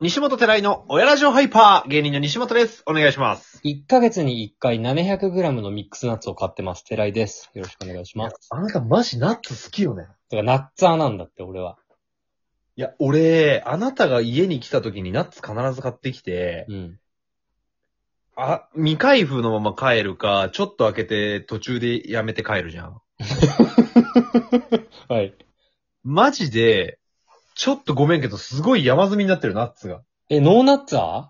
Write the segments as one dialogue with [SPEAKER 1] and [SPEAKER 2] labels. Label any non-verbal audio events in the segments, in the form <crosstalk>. [SPEAKER 1] 西本寺井の親ラジオハイパー、芸人の西本です。お願いします。
[SPEAKER 2] 1ヶ月に1回 700g のミックスナッツを買ってます。寺井です。よろしくお願いします。
[SPEAKER 1] あなたマジナッツ好きよね。
[SPEAKER 2] てか、ナッツァーなんだって、俺は。
[SPEAKER 1] いや、俺、あなたが家に来た時にナッツ必ず買ってきて、
[SPEAKER 2] うん。
[SPEAKER 1] あ、未開封のまま帰るか、ちょっと開けて途中でやめて帰るじゃん。
[SPEAKER 2] はい。
[SPEAKER 1] マジで、ちょっとごめんけど、すごい山積みになってるナッツが。
[SPEAKER 2] え、ノーナッツァー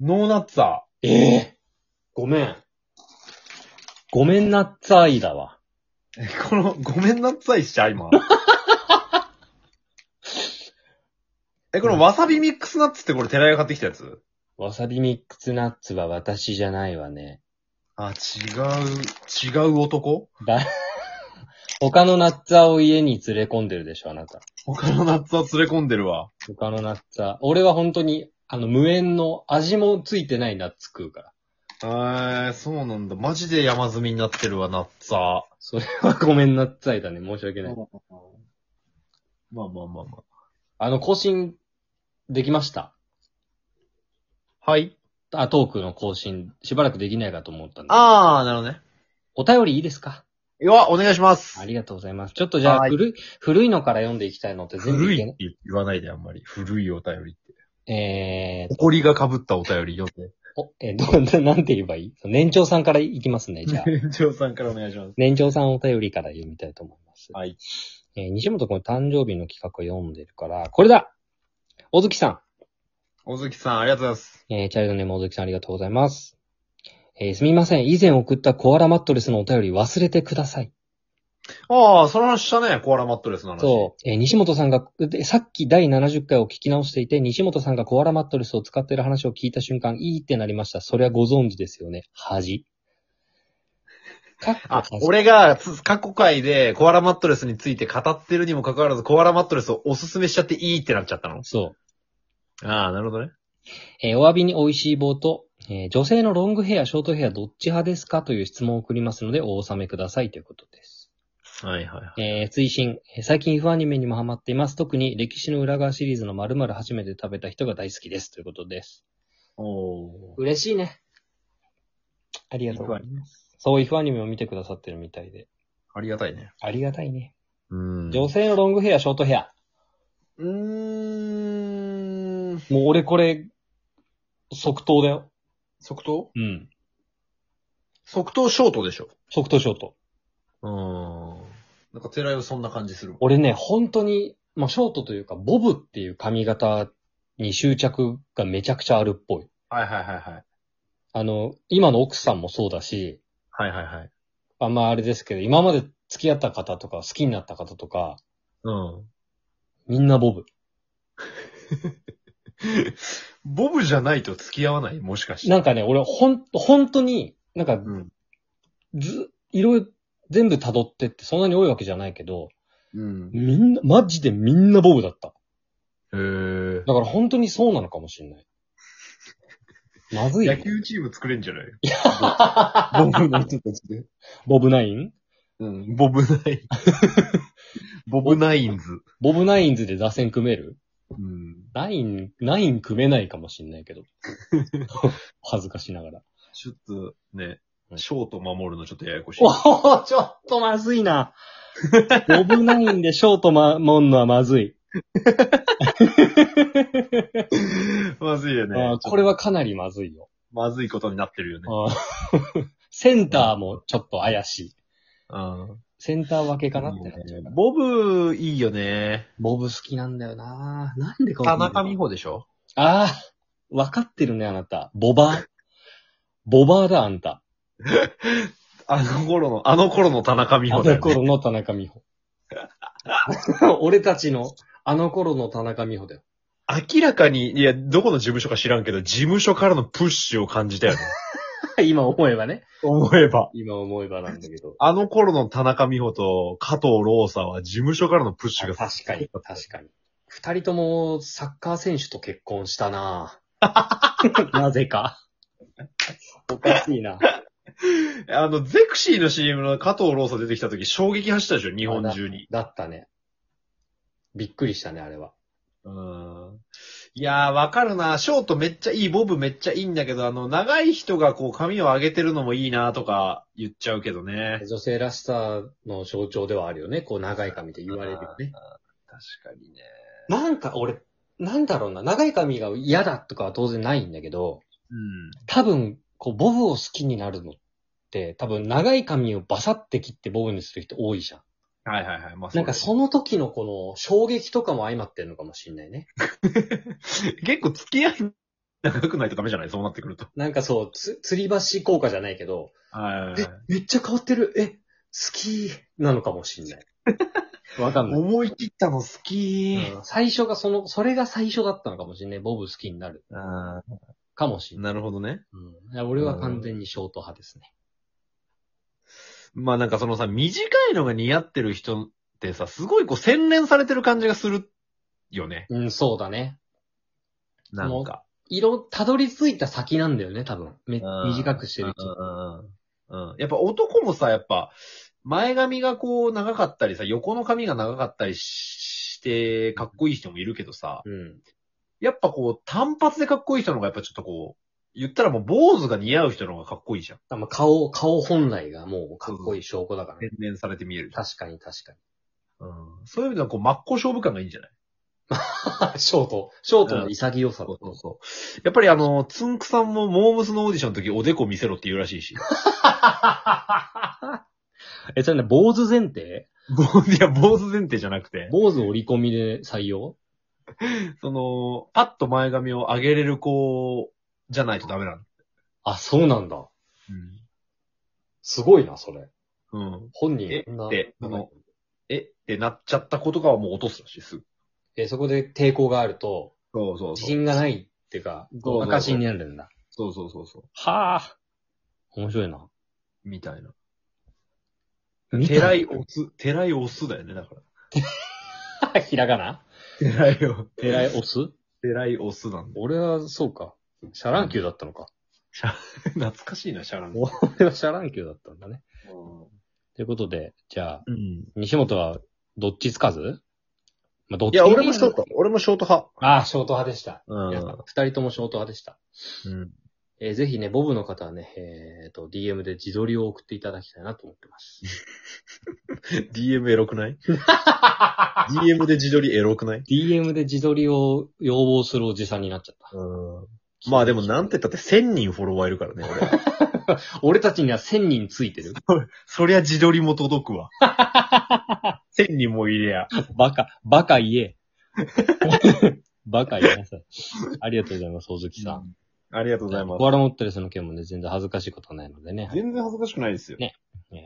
[SPEAKER 1] ノーナッツァ
[SPEAKER 2] ええごめん。ごめんナッツァーいだわ。
[SPEAKER 1] <laughs> ー。この、ごめんなさいっしゃ、 <laughs> 今。え、このわさびミックスナッツってこれ寺井が買ってきたやつ
[SPEAKER 2] わさびミックスナッツは私じゃないわね。
[SPEAKER 1] あ、違う、違う男
[SPEAKER 2] だ、 <laughs> 他のナッツァーを家に連れ込んでるでしょ、あなた。
[SPEAKER 1] 他のナッツは連れ込んでるわ。
[SPEAKER 2] 他のナッツァー。俺は本当に、あの、無縁の味もついてないナッツ食うから。
[SPEAKER 1] えー、そうなんだ。マジで山積みになってるわ、ナッツァ。
[SPEAKER 2] それは <laughs> ごめんナッツァーいだね。申し訳ない。
[SPEAKER 1] まあまあまあま
[SPEAKER 2] あの、更新、できました。
[SPEAKER 1] あ。はい。
[SPEAKER 2] あ、トークの更新、しばらくできないかと思ったんで。
[SPEAKER 1] あー、なるほどね。
[SPEAKER 2] お便りいいですか
[SPEAKER 1] いや、お願いします
[SPEAKER 2] あ。りがとうございます。ちょっとじゃ
[SPEAKER 1] は
[SPEAKER 2] あ、
[SPEAKER 1] い
[SPEAKER 2] 古い、古いのから読んでいきたいのって全部
[SPEAKER 1] 古
[SPEAKER 2] い
[SPEAKER 1] い
[SPEAKER 2] け
[SPEAKER 1] っ
[SPEAKER 2] な
[SPEAKER 1] て言わないで、あんまり。古いお便りって。
[SPEAKER 2] いえーと、
[SPEAKER 1] 誇りが被ったお便り読んで。。
[SPEAKER 2] お、えー、ど、 <laughs> なんて言えばいいその年長さんからいきますね、じゃあ
[SPEAKER 1] <laughs> 園長さんからお願いします。
[SPEAKER 2] 年長さんお便りから読みたいと思います。
[SPEAKER 1] はい。
[SPEAKER 2] えー西本君の誕生日の企画を読んでるから、これだ小月さん。
[SPEAKER 1] 小月さん、ありがとうございます。
[SPEAKER 2] えーチャイルドネーム、大関さんありがとうございます。えーすみません。以前送ったコアラマットレスのお便り忘れてください。
[SPEAKER 1] ああ、その話したね、コアラマットレスの話。
[SPEAKER 2] そう。えー西本さんが、でさっき第70回を聞き直していて、西本さんがコアラマットレスを使っている話を聞いた瞬間、いいってなりました。それはご存知ですよね。恥。かっこ
[SPEAKER 1] あ
[SPEAKER 2] 恥、
[SPEAKER 1] 俺がつ過去回でコアラマットレスについて語ってるにもかかわらず、コアラマットレスをおすすめしちゃっていいってなっちゃったの
[SPEAKER 2] そ
[SPEAKER 1] ああ、なるほどね。
[SPEAKER 2] う。えーお詫びに美味しい棒と、えー女性のロングヘア、ショートヘア、どっち派ですかという質問を送りますので、お納めくださいということです。
[SPEAKER 1] はいはいはい。
[SPEAKER 2] えー、追伸。えー最近 F アニメにもハマっています。特に歴史の裏側シリーズの〇〇初めて食べた人が大好きです。ということです。
[SPEAKER 1] おー。
[SPEAKER 2] 嬉しいね。ありがとうございます。そう、F アニメを見てくださってるみたいで。
[SPEAKER 1] ありがたいね。
[SPEAKER 2] ありがたいね。
[SPEAKER 1] うん
[SPEAKER 2] 女性のロングヘア、ショートヘア。
[SPEAKER 1] うーん。
[SPEAKER 2] もう俺これ、即答だよ。
[SPEAKER 1] 即答
[SPEAKER 2] うん。
[SPEAKER 1] 即答ショートでしょ。
[SPEAKER 2] 即答ショート。
[SPEAKER 1] うーん。なんか寺井はそんな感じするわ。
[SPEAKER 2] 俺ね、本当に、まあ、ショートというか、ボブっていう髪型に執着がめちゃくちゃあるっぽい。
[SPEAKER 1] はいはいはいはい。
[SPEAKER 2] あの、今の奥さんもそうだし、
[SPEAKER 1] はいはいはい。
[SPEAKER 2] あんまあれですけど、今まで付き合った方とか、好きになった方とか、
[SPEAKER 1] うん。
[SPEAKER 2] みんなボブ。
[SPEAKER 1] <laughs> ボブじゃないと付き合わないもしかして。
[SPEAKER 2] なんかね、俺ほん、本当に、なんか
[SPEAKER 1] うん。
[SPEAKER 2] ず、いろいろ全部辿ってってそんなに多いわけじゃないけど、
[SPEAKER 1] うん。へ
[SPEAKER 2] みんな、マジでみんなボブだった。
[SPEAKER 1] ー。
[SPEAKER 2] だから本当にそうなのかもしれない。まずいよ
[SPEAKER 1] 野。球チーム作れんじゃないボブの人たちで。
[SPEAKER 2] ボブナイン
[SPEAKER 1] うん。ボブナイ
[SPEAKER 2] <laughs>
[SPEAKER 1] ン。ボブナインズ。
[SPEAKER 2] ボブナインズで打線組める
[SPEAKER 1] うん。
[SPEAKER 2] ナイン、ナイン組めないかもしれないけど。 <laughs> 恥ずかしながら。
[SPEAKER 1] ちょっとね、
[SPEAKER 2] うん
[SPEAKER 1] ショート守るのちょっとややこしい。
[SPEAKER 2] おおちょっとまずいな。ボブナインでショートま、もんのはまずい。
[SPEAKER 1] <laughs> まずいよね
[SPEAKER 2] あー。これはかなりまずいよ。
[SPEAKER 1] まずいことになってるよね。
[SPEAKER 2] あー <laughs> センターもちょっと怪しい。
[SPEAKER 1] うん。
[SPEAKER 2] センター分けかなってなっちゃうから。
[SPEAKER 1] ボブ、いいよね。
[SPEAKER 2] ボブ好きなんだよななんでか
[SPEAKER 1] 田
[SPEAKER 2] わかんない
[SPEAKER 1] 中美穂でしょ
[SPEAKER 2] ああ、分かってるね、あなた。ボバー。ボバーだ、あんた。
[SPEAKER 1] あの頃の、あの頃の田中美
[SPEAKER 2] あ
[SPEAKER 1] 穂だよ、
[SPEAKER 2] の
[SPEAKER 1] ね。
[SPEAKER 2] 頃の田中美穂。 <laughs> 俺たちの、あの頃の田中美穂だよ。
[SPEAKER 1] 明らかに、いや、どこの事務所か知らんけど、事務所からのプッシュを感じたよね。
[SPEAKER 2] 今 <laughs> 思えばね。
[SPEAKER 1] 思えば。
[SPEAKER 2] 今思えばなんだけど。
[SPEAKER 1] あの頃の田中美穂と加藤ローサは事務所からのプッシュが。
[SPEAKER 2] 確かに、確かに。二人ともサッカー選手と結婚し
[SPEAKER 1] <laughs>
[SPEAKER 2] たなぁなぜか。おかしいな。
[SPEAKER 1] あの、ゼクシーの CM の加藤ローサ出てきた時、衝撃走ったでしょ、日本中に。
[SPEAKER 2] だったね。びっくりしたね、あれは。
[SPEAKER 1] うん。いやー、わかるな。ショートめっちゃいい、ボブめっちゃいいんだけど、あの、長い人がこう髪を上げてるのもいいなとか言っちゃうけどね。
[SPEAKER 2] 女性らしさの象徴ではあるよね。こう長い髪って言われるよね。
[SPEAKER 1] 確かにね。
[SPEAKER 2] なんか俺、なんだろうな、長い髪が嫌だとかは当然ないんだけど、
[SPEAKER 1] うん。
[SPEAKER 2] 多分、こう、ボブを好きになるのって、多分長い髪をバサって切ってボブにする人多いじゃん。
[SPEAKER 1] はいはいはい。まあ、
[SPEAKER 2] なんか
[SPEAKER 1] そ
[SPEAKER 2] その時のこの衝撃とかも相まってるのかもしんないね。
[SPEAKER 1] うね結構付き合い長くないとダメじゃないそうなってくると。
[SPEAKER 2] なんかそう、つ、吊り橋効果じゃないけど、
[SPEAKER 1] はいはいはい
[SPEAKER 2] え、めっちゃ変わってる、え、好きなのかもしんない。 <laughs> わかんない。
[SPEAKER 1] 思い切ったの好き
[SPEAKER 2] うん最初がその、それが最初だったのかもしんない。ボブ好きになる。
[SPEAKER 1] あ
[SPEAKER 2] かもし
[SPEAKER 1] ー
[SPEAKER 2] んない。
[SPEAKER 1] なるほどね。
[SPEAKER 2] うんいや、俺は完全にショート派ですね。
[SPEAKER 1] まあなんかそのさ、短いのが似合ってる人ってさ、すごいこう洗練されてる感じがするよね。
[SPEAKER 2] うん、そうだね。
[SPEAKER 1] なんか。
[SPEAKER 2] 色、たどり着いた先なんだよね、多分。め、
[SPEAKER 1] うん
[SPEAKER 2] 短くしてる
[SPEAKER 1] う
[SPEAKER 2] と。
[SPEAKER 1] んうんうんやっぱ男もさ、やっぱ、前髪がこう長かったりさ、横の髪が長かったりしして、かっこいい人もいるけどさ、
[SPEAKER 2] うん。
[SPEAKER 1] やっぱこう単発でかっこいい人の方がやっぱちょっとこう、言ったらもう坊主が似合う人の方がかっこいいじゃん。
[SPEAKER 2] あまあ顔、顔本来がもうかっこいい証拠だからね。
[SPEAKER 1] 洗練されて見えるじゃん。
[SPEAKER 2] 確かに確かに。
[SPEAKER 1] うん、そういう意味ではこう真っ向勝負感がいいんじゃない
[SPEAKER 2] <laughs> ショート、ショートの潔さと。
[SPEAKER 1] う。やっぱりあの、つんくさんもモームスのオーディションの時おでこ見せろって言うらしい <laughs> し。
[SPEAKER 2] <laughs> え、それね、坊主前提
[SPEAKER 1] 坊主いや、坊主前提じゃなくて、
[SPEAKER 2] 坊主折り込みで採用
[SPEAKER 1] その、パッと前髪を上げれる子じゃないとダメなの。
[SPEAKER 2] あ、そうなんだ。
[SPEAKER 1] うん。
[SPEAKER 2] すごいな、それ。
[SPEAKER 1] うん。
[SPEAKER 2] 本人
[SPEAKER 1] え
[SPEAKER 2] こんな
[SPEAKER 1] であのえってなっちゃった子とかはもう落とすらしい、すぐ。
[SPEAKER 2] え、そこで抵抗があると、
[SPEAKER 1] そうそう
[SPEAKER 2] 自
[SPEAKER 1] そう。
[SPEAKER 2] 信がないっていうか、
[SPEAKER 1] そうそうそう
[SPEAKER 2] 赤信になるんだ。
[SPEAKER 1] そうそうそうそう。
[SPEAKER 2] はあ。面白いな。
[SPEAKER 1] みたいな。
[SPEAKER 2] 見た
[SPEAKER 1] てらいおす、てらいおすだよね、だから。
[SPEAKER 2] <laughs> ひらがな
[SPEAKER 1] てらいお、
[SPEAKER 2] えらいオス
[SPEAKER 1] てらいおすなんだ。 <laughs>
[SPEAKER 2] 俺は、そうか。シャラン級だったのか。
[SPEAKER 1] 懐かしいな、シャラン。う
[SPEAKER 2] 俺はシャラン級だったんだね。ということで、じゃあ、
[SPEAKER 1] ん。
[SPEAKER 2] 西本は、どっちつかずまあ、どっち
[SPEAKER 1] いや、俺もショート。。俺もショート派。
[SPEAKER 2] ああ、ショート派でした。
[SPEAKER 1] う
[SPEAKER 2] 皆さん二人ともショート派でした。
[SPEAKER 1] うん。
[SPEAKER 2] えーぜひね、ボブの方はね、えっ、と、DM で自撮りを送っていただきたいなと思ってます。
[SPEAKER 1] <laughs> DM エロくない <laughs> ?DM で自撮りエロくない
[SPEAKER 2] DM で自撮りを要望するおじさんになっちゃった。
[SPEAKER 1] うん。まあでもなんて言ったって1000人フォロワーいるからね、俺。
[SPEAKER 2] 俺たちには1000人ついてる。
[SPEAKER 1] <laughs> そりゃ自撮りも届く <laughs> わ。1000人も入れや。
[SPEAKER 2] バカ、バカ言え。 <laughs> バカ言いなさい。ありがとうございます、大月さん。
[SPEAKER 1] ありがとうございます
[SPEAKER 2] コ。アラ持ってるその件もね、全然恥ずかしいことはないのでね。
[SPEAKER 1] 全然恥ずかしくないですよ。
[SPEAKER 2] え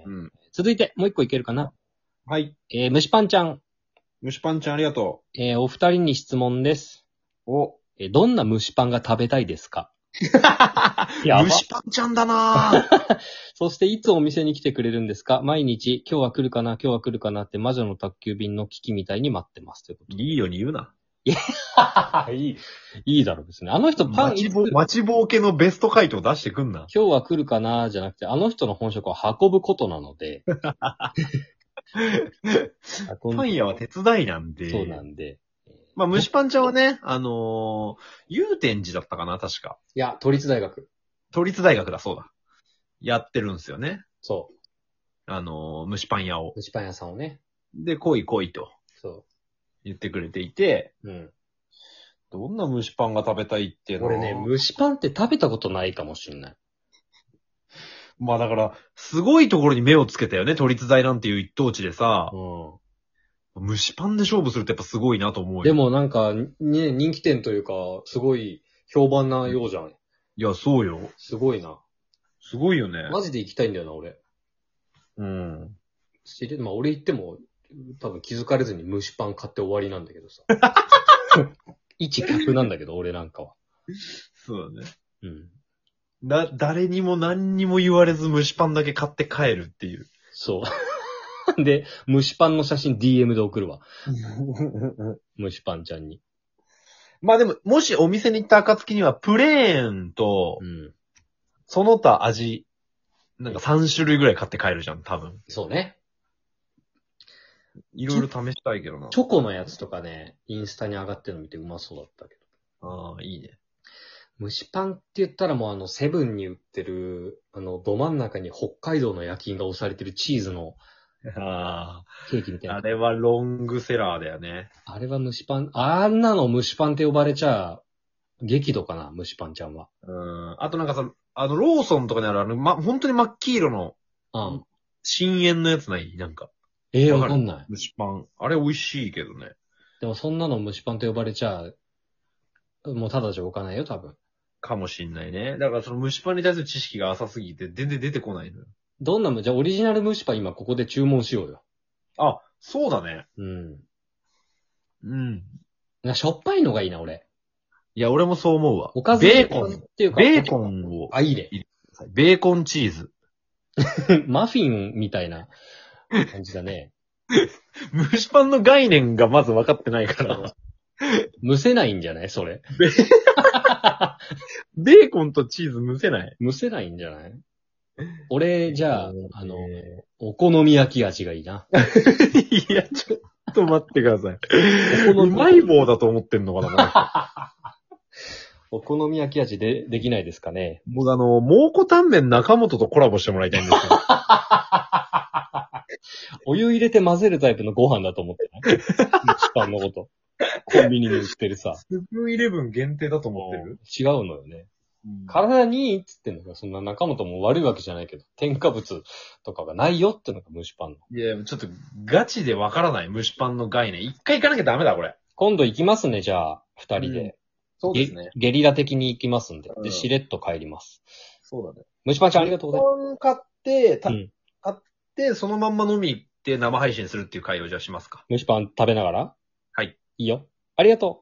[SPEAKER 2] ー
[SPEAKER 1] うん。
[SPEAKER 2] 続いて、もう一個いけるかな。
[SPEAKER 1] はい。
[SPEAKER 2] えー、虫パンちゃん。
[SPEAKER 1] 虫パンちゃんありがと
[SPEAKER 2] えー、お二人に質問です。
[SPEAKER 1] う。 <laughs> お。
[SPEAKER 2] えー、どんな虫パンが食べたいですかやば
[SPEAKER 1] 虫パンちゃんだなぁ
[SPEAKER 2] そして、いつお店に来てくれるんですか毎日、今日は来るかな、今日は来るかなって魔女の宅急便の危機みたいに待ってます。ということで。
[SPEAKER 1] いいように言うな。 <laughs>
[SPEAKER 2] いい、いいだろう別に。あの人パン
[SPEAKER 1] 待
[SPEAKER 2] い
[SPEAKER 1] ち
[SPEAKER 2] つ
[SPEAKER 1] ぼ
[SPEAKER 2] 来る
[SPEAKER 1] 待ちぼうけのベスト回答出してくんな。
[SPEAKER 2] 今日は来るかなじゃなくて、あの人の本職は運ぶことな
[SPEAKER 1] <laughs>
[SPEAKER 2] ので。運ん
[SPEAKER 1] パン屋は手伝いなんで。
[SPEAKER 2] そうなんで。
[SPEAKER 1] まあ、虫パンちゃんはね、あのー、祐天寺だったかな、確か。
[SPEAKER 2] いや、都立大学。
[SPEAKER 1] 都立大学だ、そうだ。やってるんですよね。
[SPEAKER 2] そ
[SPEAKER 1] あのー、虫パン屋を
[SPEAKER 2] う。。虫パン屋さんをね。
[SPEAKER 1] で、来い来いと
[SPEAKER 2] そ
[SPEAKER 1] 言ってくれていて、
[SPEAKER 2] う。うん。
[SPEAKER 1] どんな虫パンが食べたいっていうのは
[SPEAKER 2] 俺ね、虫パンって食べたことないかもしんない。
[SPEAKER 1] まあだから、すごいところに目をつけたよね、都立大なんていう一等地でさ、
[SPEAKER 2] う
[SPEAKER 1] 虫パンで勝負するってやっぱすごいなと思うよ。
[SPEAKER 2] ん。で、もなんか、ね、人気店というか、すごい評判なようじゃん。
[SPEAKER 1] いや、そうよ。
[SPEAKER 2] すごいな。
[SPEAKER 1] すごいよね。
[SPEAKER 2] マジで行きたいんだよな、俺。
[SPEAKER 1] うん。
[SPEAKER 2] 知れ、まあ俺行っても、多分気づかれずに虫パン買って終わりなんだけどさ。 <laughs> 一客なんだけど、俺なんかは。
[SPEAKER 1] そうだね。
[SPEAKER 2] うん。
[SPEAKER 1] な、誰にも何にも言われず虫パンだけ買って帰るっていう。
[SPEAKER 2] そう。 <laughs> で、虫パンの写真 DM で送るわ。虫パンちゃんに。
[SPEAKER 1] <laughs> まあでも、もしお店に行った暁には、プレーンと
[SPEAKER 2] う、ん。
[SPEAKER 1] その他味、なんか3種類ぐらい買って帰るじゃん、多分。
[SPEAKER 2] そうね。
[SPEAKER 1] いろいろ試したいけどな。
[SPEAKER 2] チョコのやつとかね、インスタに上がってるの見てうまそうだったけ
[SPEAKER 1] ああ、いいね。
[SPEAKER 2] 蒸しパンって言ったらもうあの、セブンに売ってる、あの、ど真ん中に北海道の焼き印が押されてるチーズの
[SPEAKER 1] <laughs> あ
[SPEAKER 2] ケーキみたい
[SPEAKER 1] あ。あ
[SPEAKER 2] な。
[SPEAKER 1] れはロングセラーだよね。
[SPEAKER 2] あれは蒸しパン、あんなの蒸しパンって呼ばれちゃ、激怒かな、蒸しパンちゃんは。
[SPEAKER 1] うん。あとなんかさ、あの、ローソンとかにある、あの、ま、本当に真っ黄色の、
[SPEAKER 2] うん。
[SPEAKER 1] 深淵のやつないなんか。
[SPEAKER 2] ええ
[SPEAKER 1] わか
[SPEAKER 2] わ
[SPEAKER 1] る
[SPEAKER 2] かんない。
[SPEAKER 1] 蒸しパン。あれ美味しいけどね。
[SPEAKER 2] でもそんなの蒸しパンと呼ばれちゃ、もうただじゃ置かないよ、多分。
[SPEAKER 1] かもしんないね。だからその蒸しパンに対する知識が浅すぎて、全然出てこないのよ。
[SPEAKER 2] どんなむ、じゃあオリジナル蒸しパン今ここで注文しようよ。
[SPEAKER 1] あ、そうだね。
[SPEAKER 2] うん。
[SPEAKER 1] うん。
[SPEAKER 2] なしょっぱいのがいいな、俺。
[SPEAKER 1] いや、俺もそう思うわ。
[SPEAKER 2] おかず
[SPEAKER 1] ベーコン
[SPEAKER 2] っ。ていうか。
[SPEAKER 1] ベーコンを、<laughs>
[SPEAKER 2] あ、いいね。
[SPEAKER 1] ベーコンチーズ。
[SPEAKER 2] マフィンみたいな感じだね。
[SPEAKER 1] 蒸しパンの概念がまず分かってないから。
[SPEAKER 2] <laughs> むせないんじゃないそれ。
[SPEAKER 1] ベーコンとチーズ蒸せない。
[SPEAKER 2] むせないんじゃない俺、じゃあ、あの、
[SPEAKER 1] え
[SPEAKER 2] お好み焼き味がいいな。
[SPEAKER 1] ー <laughs> いや、ちょっと待ってください。
[SPEAKER 2] お好
[SPEAKER 1] う
[SPEAKER 2] み
[SPEAKER 1] まい棒だと思ってんのかなこの人 <laughs>
[SPEAKER 2] お好み焼き味で、できないですかね。
[SPEAKER 1] 僕あの、蒙古タンメン中本とコラボしてもらいたいんですけど。
[SPEAKER 2] お湯入れて混ぜるタイプのご飯だと思ってない蒸しパンのこと。コンビニに売ってるさ。
[SPEAKER 1] スプーンイレブン限定だと思ってる
[SPEAKER 2] 違うのよね。体にいいっつってんのが、そんな中本も悪いわけじゃないけど、添加物とかがないよってのが蒸しパンの。
[SPEAKER 1] いや、ちょっとガチでわからない蒸しパンの概念。一回行かなきゃダメだ、これ。
[SPEAKER 2] 今度行きますね、じゃあ、二
[SPEAKER 1] う
[SPEAKER 2] 人
[SPEAKER 1] ん
[SPEAKER 2] で。
[SPEAKER 1] そ
[SPEAKER 2] ゲ。ゲリラ的に行きますんで。
[SPEAKER 1] うん
[SPEAKER 2] で、しれっと帰ります。
[SPEAKER 1] そうだね。
[SPEAKER 2] 虫パンちゃんありがとうございま
[SPEAKER 1] パン買って、た
[SPEAKER 2] うん
[SPEAKER 1] 買って、そのまんま飲み行って生配信するっていう会をじゃあしますか。
[SPEAKER 2] す。虫パン食べながら
[SPEAKER 1] はい。
[SPEAKER 2] いいよ。ありがとう。